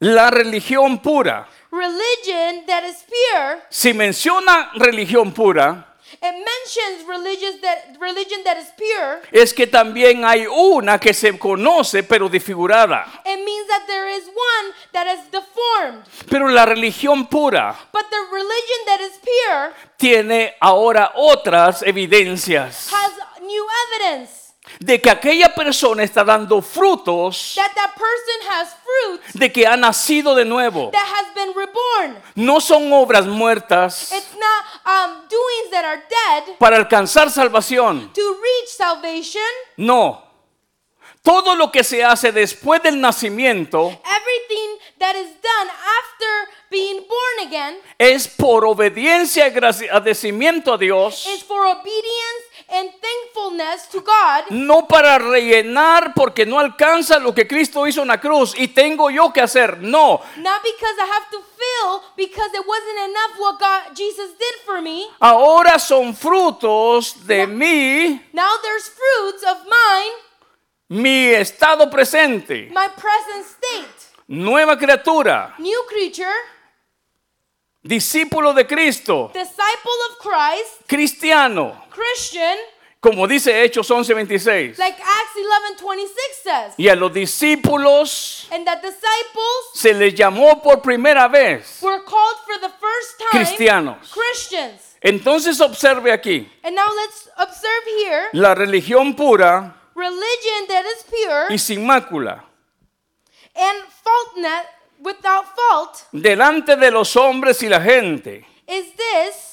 S1: la religión pura,
S2: religion that is pure,
S1: si menciona religión pura,
S2: it mentions religions that religion that is pure.
S1: es que también hay una que se conoce pero desfigurada.
S2: It means that there is one that is deformed.
S1: Pero la religión pura
S2: But the religion that is pure
S1: tiene ahora otras evidencias
S2: has new evidence
S1: de que aquella persona está dando frutos
S2: that that person has fruit
S1: de que ha nacido de nuevo.
S2: that has been reborn.
S1: No son obras muertas
S2: It's not um, doings that are dead
S1: para alcanzar salvación.
S2: to reach salvation.
S1: No. Todo lo que se hace después del nacimiento
S2: Everything that is done after being born again
S1: es por obediencia y graci- agradecimiento a Dios,
S2: is for obedience and thankfulness to God.
S1: no para rellenar porque no alcanza lo que Cristo hizo en la cruz y tengo yo que hacer. No,
S2: Not because I have to feel because it wasn't enough what God Jesus did for me.
S1: ahora son frutos de mí,
S2: Now there's fruits of mine,
S1: mi estado presente,
S2: my present state.
S1: nueva criatura,
S2: New creature,
S1: discípulo de Cristo,
S2: disciple of Christ,
S1: cristiano,
S2: Christian,
S1: como dice Hechos 11:26.
S2: like Acts 11 26 says.
S1: Y a los discípulos
S2: And that disciples
S1: se les llamó por primera vez
S2: were called for the first time
S1: cristianos.
S2: Christians.
S1: Entonces observe aquí,
S2: And now let's observe here
S1: la religión pura
S2: religion that is pure
S1: y sin mácula,
S2: and faultless without fault
S1: delante de los hombres y la gente,
S2: is this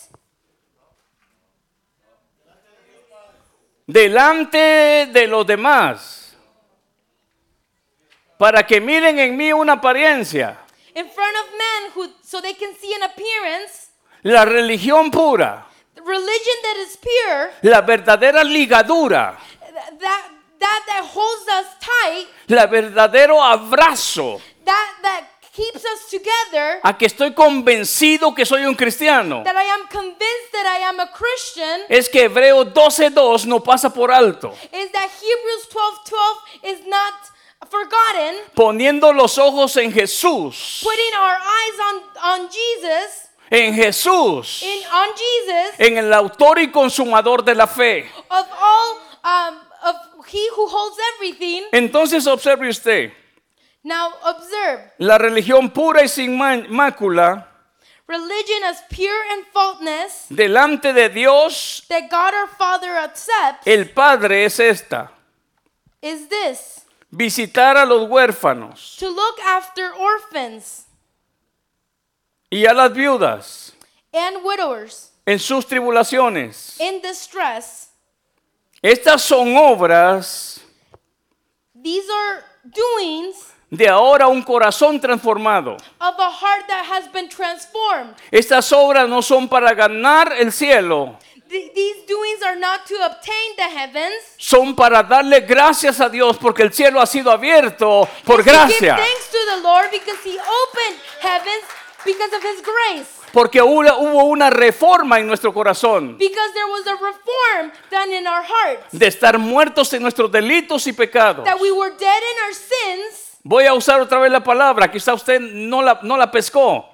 S1: delante de los demás, para que miren en mí una apariencia.
S2: in front of men who so they can see an appearance
S1: La religión pura,
S2: religion that is pure
S1: la verdadera ligadura,
S2: th- that that that holds us tight
S1: la verdadero abrazo
S2: that that keeps us together
S1: a que estoy convencido que soy un cristiano.
S2: that I am convinced that I am a Christian
S1: es que Hebreo 12.2 no pasa por alto,
S2: is that Hebrews 12 12 is not forgotten
S1: poniendo los ojos en Jesús,
S2: putting our eyes on on Jesus
S1: en Jesús,
S2: in on Jesus
S1: en el autor y consumador de la fe.
S2: of all um, of he who holds everything
S1: Entonces observe usted,
S2: now observe
S1: la religión pura y sin man- mácula
S2: religion as pure and faultless
S1: delante de Dios
S2: that God our Father accepts
S1: el Padre es esta,
S2: is this
S1: visitar a los huérfanos
S2: to look after orphans
S1: y a las viudas
S2: and widowers
S1: en sus tribulaciones.
S2: in distress.
S1: Estas son obras
S2: These are doings
S1: de ahora un corazón transformado.
S2: of a heart that has been transformed.
S1: Estas obras no son para ganar el cielo,
S2: Th- these doings are not to obtain the heavens.
S1: son para darle gracias a Dios porque el cielo ha sido abierto por
S2: It's to give
S1: gracia.
S2: thanks to the Lord because he opened heavens because of his grace.
S1: Porque hubo hubo una reforma en nuestro corazón
S2: Because there was a reform done in our hearts.
S1: de estar muertos en nuestros delitos y pecados.
S2: That we were dead in our sins.
S1: Voy a usar otra vez la palabra, quizá usted no la, no la pescó.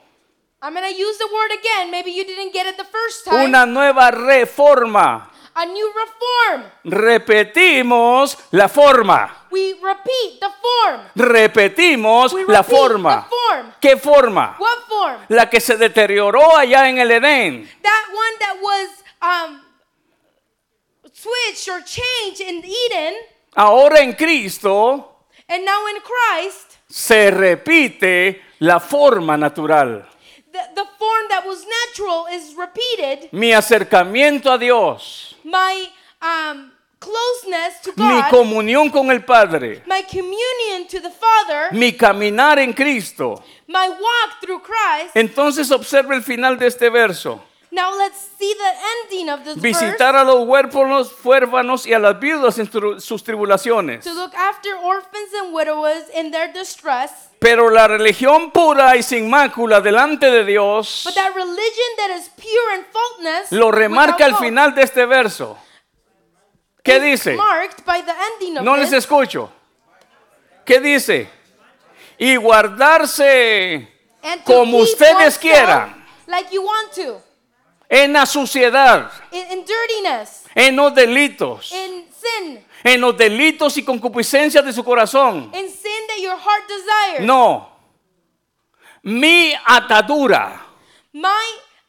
S2: I'm going to use the word again. Maybe you didn't get it the first time.
S1: Una nueva reforma.
S2: A new reform.
S1: Repetimos la forma.
S2: We repeat the form.
S1: Repetimos
S2: We
S1: la
S2: repeat
S1: forma.
S2: the form.
S1: ¿Qué forma?
S2: What form?
S1: La que se deterioró allá en el Edén.
S2: That one that was um, switched or changed in Eden
S1: Ahora en Cristo
S2: and now in Christ,
S1: se repite la forma natural.
S2: the, the form that was natural is repeated.
S1: Mi acercamiento a Dios,
S2: My um, closeness to
S1: mi
S2: God,
S1: comunión con el Padre,
S2: my communion to the Father,
S1: mi caminar en Cristo.
S2: my walk through Christ.
S1: Entonces observe el final de este verso.
S2: Now let's see the ending of this verse.
S1: Visitar a los huérfanos, huérfanos y a las viudas en tru- sus tribulaciones.
S2: To look after orphans and widows in their distress
S1: Pero la religión pura y sin mácula delante de Dios
S2: But that religion that is pure and faultless,
S1: lo remarca al
S2: without fault,
S1: final de este verso. ¿Qué dice?
S2: marked by the ending of
S1: No
S2: it,
S1: les escucho. ¿Qué dice? Y guardarse
S2: and to
S1: como
S2: keep
S1: ustedes
S2: oneself
S1: quieran,
S2: like you want to,
S1: en la suciedad,
S2: in, in dirtiness,
S1: en los delitos,
S2: in sin,
S1: en los delitos y concupiscencias de su corazón.
S2: in sin that your heart desires.
S1: No. Mi atadura,
S2: My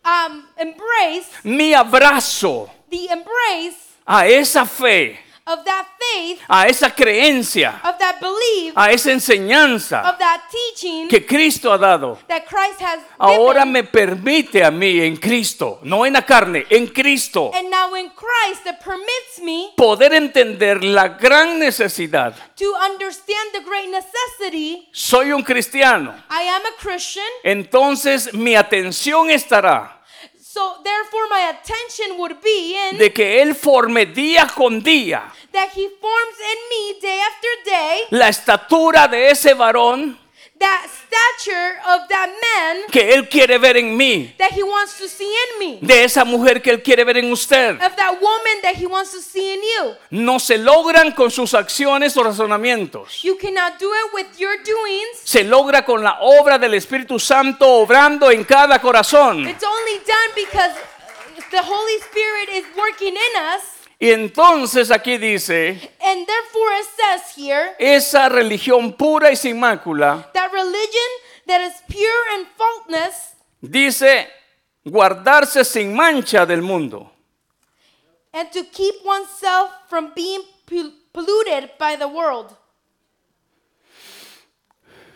S2: um, embrace,
S1: mi abrazo
S2: the embrace
S1: a esa fe,
S2: of that faith,
S1: a esa creencia,
S2: of that belief,
S1: a esa enseñanza
S2: of that teaching
S1: Ah. que Cristo ha dado.
S2: that Christ has
S1: Ahora
S2: given.
S1: me permite a mí en Cristo, no en la carne, en Cristo,
S2: And now in Christ that permits me
S1: poder entender la gran necesidad.
S2: to understand the great necessity,
S1: Soy un cristiano,
S2: I am a Christian,
S1: entonces mi atención estará
S2: so therefore my attention would be in
S1: de que Él forme día con día
S2: that he forms in me day after day
S1: la estatura de ese varón
S2: that stature of that man
S1: que Él quiere ver en mí,
S2: that he wants to see in me,
S1: de esa mujer que Él quiere ver en usted.
S2: of that woman that he wants to see in you.
S1: No se logran con sus acciones o razonamientos.
S2: You cannot do it with your doings.
S1: Se logra con la obra del Espíritu Santo obrando en cada corazón.
S2: It's only done because the Holy Spirit is working in us.
S1: Y entonces aquí dice,
S2: And therefore, it says here
S1: esa religión pura y sin mácula,
S2: that religion that is pure and faultless
S1: dice guardarse sin mancha del mundo.
S2: and to keep oneself from being pol- polluted by the world.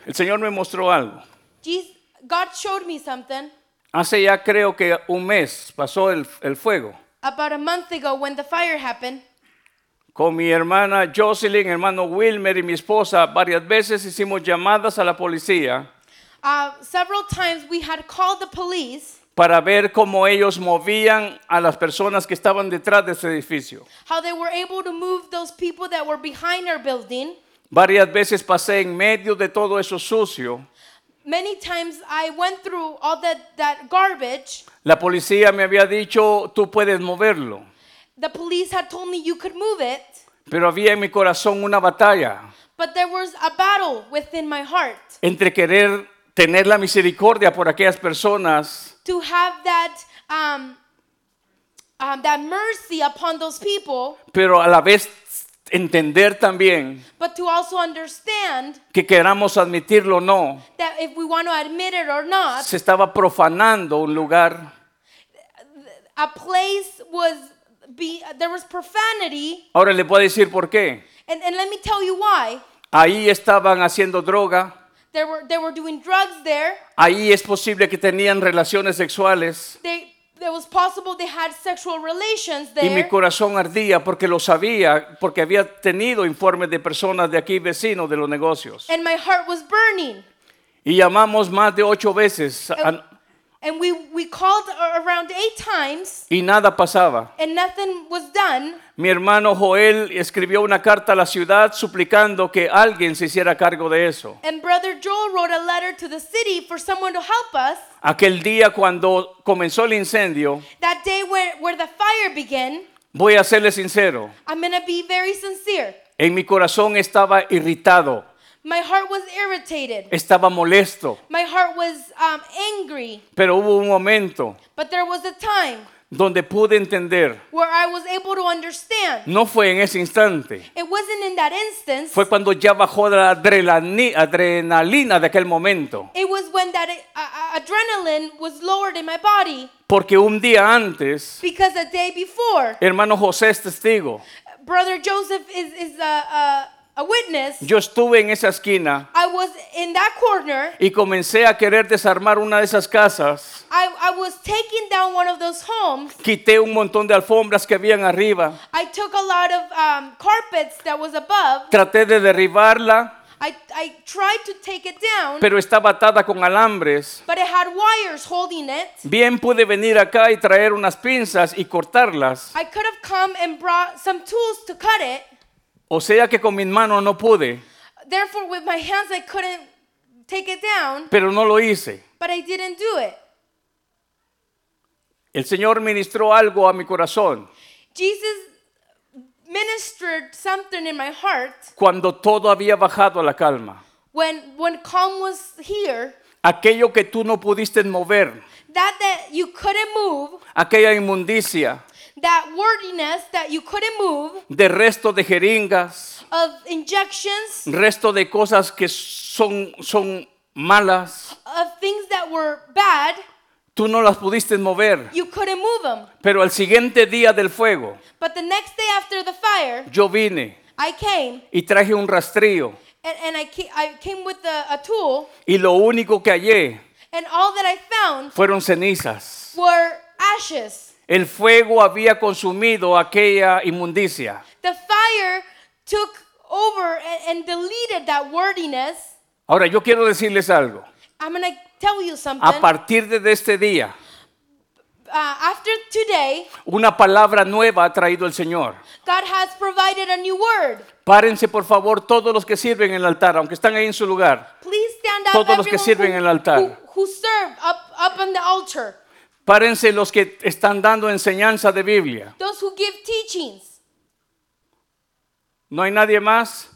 S1: El Señor me mostró algo.
S2: Jesus, God showed me something
S1: Hace ya creo que un mes pasó el, el fuego.
S2: about a month ago when the fire happened.
S1: Con mi hermana Jocelyn, hermano Wilmer y mi esposa varias veces hicimos llamadas a la policía
S2: Uh, several times we had called the police
S1: para ver cómo ellos movían a las personas que estaban detrás de ese edificio.
S2: how they were able to move those people that were behind our building.
S1: Varias veces pasé en medio de todo eso sucio.
S2: Many times I went through all that, that garbage.
S1: La policía me había dicho, tú puedes moverlo.
S2: The police had told me you could move it,
S1: Pero había en mi corazón una batalla
S2: but there was a battle within my heart
S1: entre querer tener la misericordia por aquellas personas
S2: to have that um, um, that mercy upon those people,
S1: pero a la vez entender también
S2: but to also understand
S1: que queramos admitirlo o no,
S2: that if we want to admit it or not,
S1: se estaba profanando un lugar.
S2: a place was be there was profanity,
S1: Ahora les voy a decir por qué.
S2: and, and let me tell you why.
S1: Ahí estaban haciendo droga,
S2: They were they were doing drugs there.
S1: ahí es posible que tenían relaciones sexuales
S2: They it was possible they had sexual relations
S1: y mi
S2: there.
S1: corazón ardía porque lo sabía, porque había tenido informes de personas de aquí vecinos de los negocios.
S2: And my heart was burning.
S1: Y llamamos más de ocho veces a-
S2: And we, we called a- around eight times
S1: y nada pasaba.
S2: and nothing was done.
S1: Mi hermano Joel escribió una carta a la ciudad suplicando que alguien se hiciera cargo de eso.
S2: And Brother Joel wrote a letter to the city for someone to help us.
S1: Aquel día cuando comenzó el incendio,
S2: That day where, where the fire began,
S1: voy a serle sincero,
S2: I'm going to be very sincere.
S1: en mi corazón estaba irritado,
S2: My heart was irritated.
S1: estaba molesto,
S2: My heart was um, angry.
S1: pero hubo un momento
S2: But there was a time
S1: donde pude entender,
S2: where I was able to understand.
S1: no fue en ese instante,
S2: It wasn't in that instance.
S1: fue cuando ya bajó la adrenalina, adrenalina de aquel momento,
S2: It was when that uh, uh, adrenaline was lowered in my body
S1: porque un día antes,
S2: because the day before,
S1: hermano José es testigo,
S2: Brother Joseph is, is a, a, a witness.
S1: yo estuve en esa esquina
S2: I was in that corner.
S1: y comencé a querer desarmar una de esas casas,
S2: I, I was taking down one of those homes.
S1: quité un montón de alfombras que habían arriba,
S2: I took a lot of um, carpets that was above.
S1: traté de derribarla,
S2: I, I tried to take it down,
S1: pero estaba atada con alambres.
S2: but it had wires holding it.
S1: Bien pude venir acá y traer unas pinzas y cortarlas.
S2: I could have come and brought some tools to cut it.
S1: O sea que con mis manos no pude.
S2: Therefore, with my hands, I couldn't take it down,
S1: pero no lo hice.
S2: but I didn't do it.
S1: El Señor ministró algo a mi corazón
S2: Jesus ministered something in my heart
S1: cuando todo había bajado a la calma.
S2: when when calm was here,
S1: Aquello que tú no pudiste mover,
S2: that that you couldn't move,
S1: aquella inmundicia
S2: that wordiness that you couldn't move
S1: de resto de jeringas,
S2: of injections
S1: resto de cosas que son, son malas,
S2: of things that were bad,
S1: tú no las pudiste mover.
S2: you couldn't move them.
S1: Pero al siguiente día del fuego,
S2: But the next day after the fire,
S1: yo vine
S2: I came
S1: y traje un rastrillo
S2: and, and I, ca- I came with a, a tool,
S1: y lo único que hallé
S2: and all that I found
S1: fueron cenizas.
S2: were ashes.
S1: El fuego había consumido aquella inmundicia.
S2: The fire took over and, and deleted that wordiness.
S1: Ahora yo quiero decirles algo.
S2: I'm gonna tell you something.
S1: A partir de este día,
S2: Uh, after today,
S1: una palabra nueva ha traído el Señor.
S2: God has provided a new word.
S1: Párense por favor todos los que sirven en el altar, aunque están ahí en su lugar.
S2: Please stand up,
S1: Todos los que
S2: everyone
S1: sirven en
S2: who,
S1: el altar.
S2: who, who serve up, up on the altar.
S1: Párense los que están dando enseñanza de Biblia.
S2: Those who give teachings.
S1: ¿No hay nadie más?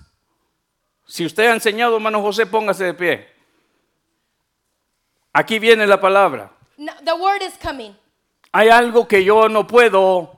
S1: Si usted ha enseñado, hermano José, póngase de pie. Aquí viene la palabra.
S2: No, the word is coming.
S1: Hay algo que yo no puedo,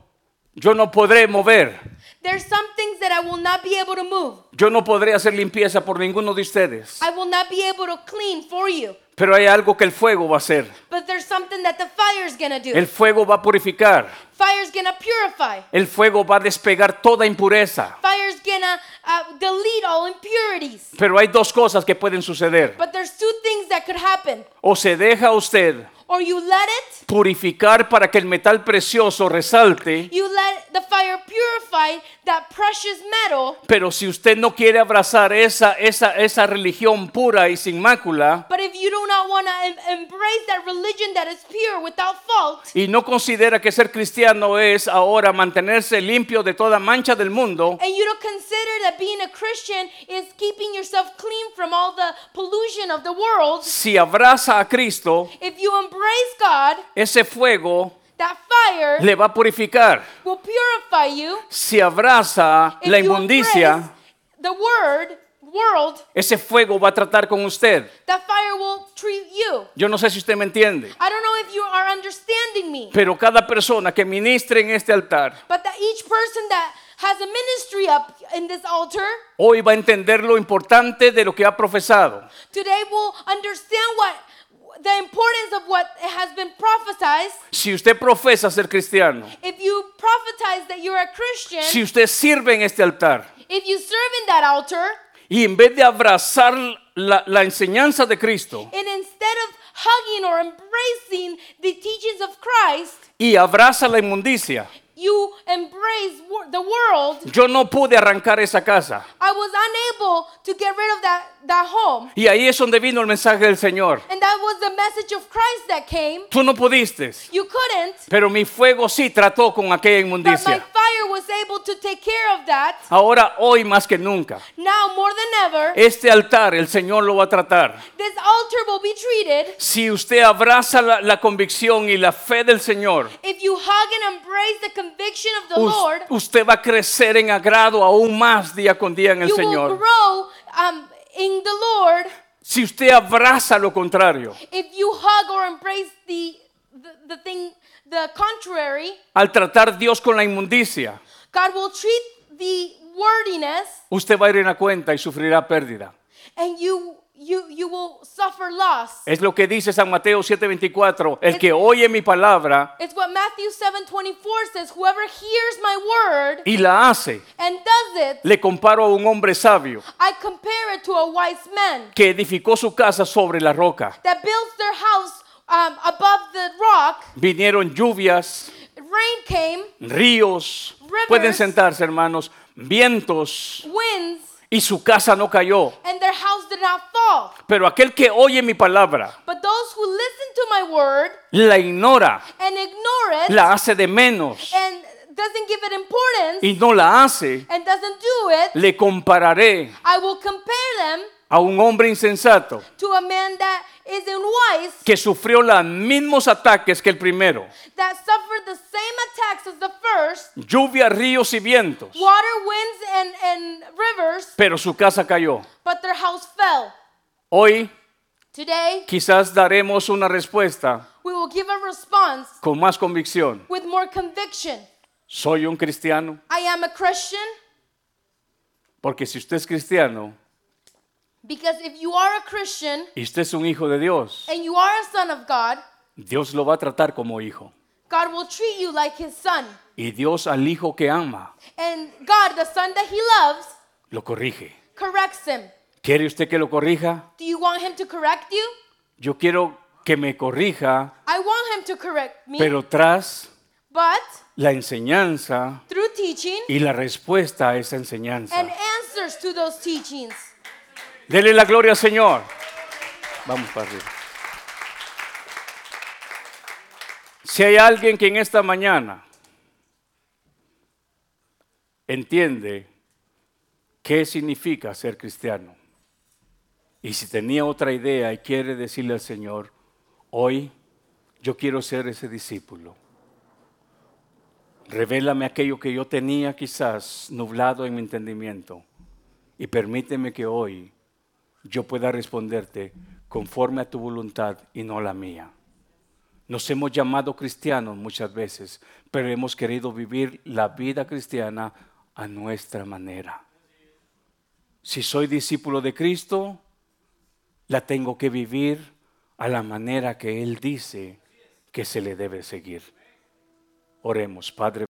S1: yo no podré mover.
S2: There's some things that I will not be able to move.
S1: Yo no podré hacer limpieza por ninguno de ustedes,
S2: I will not be able to clean for you.
S1: pero hay algo que el fuego va a hacer.
S2: But there's something that the fire's gonna do.
S1: El fuego va a purificar,
S2: Fire's gonna purify.
S1: el fuego va a despegar toda impureza.
S2: Fire's gonna uh, delete all impurities.
S1: Pero hay dos cosas que pueden suceder.
S2: But there's two things that could happen.
S1: O se deja usted
S2: Or you let it,
S1: purificar para que el metal precioso resalte,
S2: you let the fire purify that precious metal.
S1: pero si usted no quiere abrazar esa, esa, esa religión pura y sin mácula
S2: But if you do not want to embrace that religion that is pure without fault,
S1: y no considera que ser cristiano es ahora mantenerse limpio de toda mancha del mundo,
S2: and you don't consider that being a Christian is keeping yourself clean from all the pollution of the world,
S1: si abraza a Cristo,
S2: if you embrace God,
S1: ese fuego
S2: that fire
S1: le va a purificar.
S2: will purify you.
S1: Si abraza
S2: If
S1: la
S2: you embrace
S1: inmundicia,
S2: the word, world,
S1: ese fuego va a tratar con usted.
S2: that fire will treat you.
S1: Yo no sé si usted me entiende,
S2: I don't know if you are understanding me,
S1: pero cada persona que ministre en este altar
S2: but that each person that has a ministry up in this altar
S1: hoy va a entender lo importante de lo que ha profesado.
S2: Today we'll understand what the importance of what has been prophesied.
S1: Si usted profesa ser cristiano,
S2: If you prophesize that you're a Christian,
S1: si usted sirve en este altar
S2: if you serve in that altar,
S1: y en vez de abrazar la, la enseñanza de Cristo
S2: and instead of hugging or embracing the teachings of Christ,
S1: y abraza la inmundicia,
S2: you embrace wor- the world.
S1: yo no pude arrancar esa casa.
S2: I was unable to get rid of that, that home.
S1: Y ahí es donde vino el mensaje del Señor.
S2: And that was the message of Christ that came.
S1: Tú no pudiste.
S2: You couldn't,
S1: Pero mi fuego sí trató con aquella
S2: but my
S1: inmundicia.
S2: fire was able to take care of that.
S1: Ahora, hoy más que nunca,
S2: Now more than ever,
S1: este altar el Señor lo va a tratar.
S2: this altar will be treated
S1: Si usted abraza la, la convicción y la fe del Señor,
S2: If you hug and embrace the conviction of the
S1: us-
S2: Lord,
S1: usted va a crecer en agrado aún más día con día en el
S2: you will
S1: Señor.
S2: grow um, in the Lord.
S1: Si usted abraza lo contrario,
S2: If you hug or embrace the, the the thing, the contrary,
S1: al tratar Dios con la inmundicia,
S2: God will treat the wordiness,
S1: usted va a ir en la cuenta y sufrirá pérdida.
S2: and you you you will suffer loss.
S1: Es lo que dice San Mateo 7:24, el que oye mi palabra
S2: It's what Matthew 7:24 says, whoever hears my word
S1: y la hace,
S2: and does it,
S1: le comparo a un hombre sabio
S2: I compare it to a wise man
S1: que edificó su casa sobre la roca.
S2: that builds their house um, above the rock.
S1: Vinieron lluvias,
S2: Rain came,
S1: ríos,
S2: Rivers.
S1: pueden sentarse hermanos, vientos,
S2: winds,
S1: y su casa no cayó.
S2: and their house did not fall.
S1: Pero aquel que oye mi palabra,
S2: But those who listen to my word
S1: la ignora,
S2: and ignore it
S1: la hace de menos
S2: and doesn't give it importance
S1: y no la hace,
S2: and doesn't do it,
S1: le compararé
S2: I will compare them
S1: a un hombre insensato
S2: to a man that is unwise,
S1: que sufrió los mismos ataques que el primero.
S2: that suffered the same attacks as the first
S1: Lluvia, ríos y vientos.
S2: water, winds, and, and rivers,
S1: Pero su casa cayó.
S2: but their house fell.
S1: Hoy
S2: Today,
S1: quizás daremos una respuesta
S2: we will give a response
S1: con más convicción.
S2: with more conviction.
S1: Soy un cristiano.
S2: I am a Christian
S1: Porque si usted es cristiano
S2: because if you are a Christian
S1: y usted es un hijo de Dios,
S2: and you are a son of God,
S1: Dios lo va a tratar como hijo.
S2: God will treat you like his son.
S1: Y Dios al hijo que ama
S2: And God, the son that he loves,
S1: lo corrige.
S2: corrects him.
S1: ¿Quiere usted que lo corrija?
S2: Do you want him to correct you?
S1: Yo quiero que me corrija,
S2: I want him to correct me,
S1: pero tras
S2: but
S1: la enseñanza
S2: through teaching
S1: y la respuesta a esa
S2: and
S1: enseñanza.
S2: answers to those teachings.
S1: Dele la gloria al Señor. Vamos para arriba. Si hay alguien que en esta mañana entiende qué significa ser cristiano y si tenía otra idea y quiere decirle al Señor, hoy yo quiero ser ese discípulo. Revélame aquello que yo tenía quizás nublado en mi entendimiento y permíteme que hoy yo pueda responderte conforme a tu voluntad y no la mía. Nos hemos llamado cristianos muchas veces, pero hemos querido vivir la vida cristiana a nuestra manera. Si soy discípulo de Cristo, la tengo que vivir a la manera que Él dice que se le debe seguir. Oremos, Padre.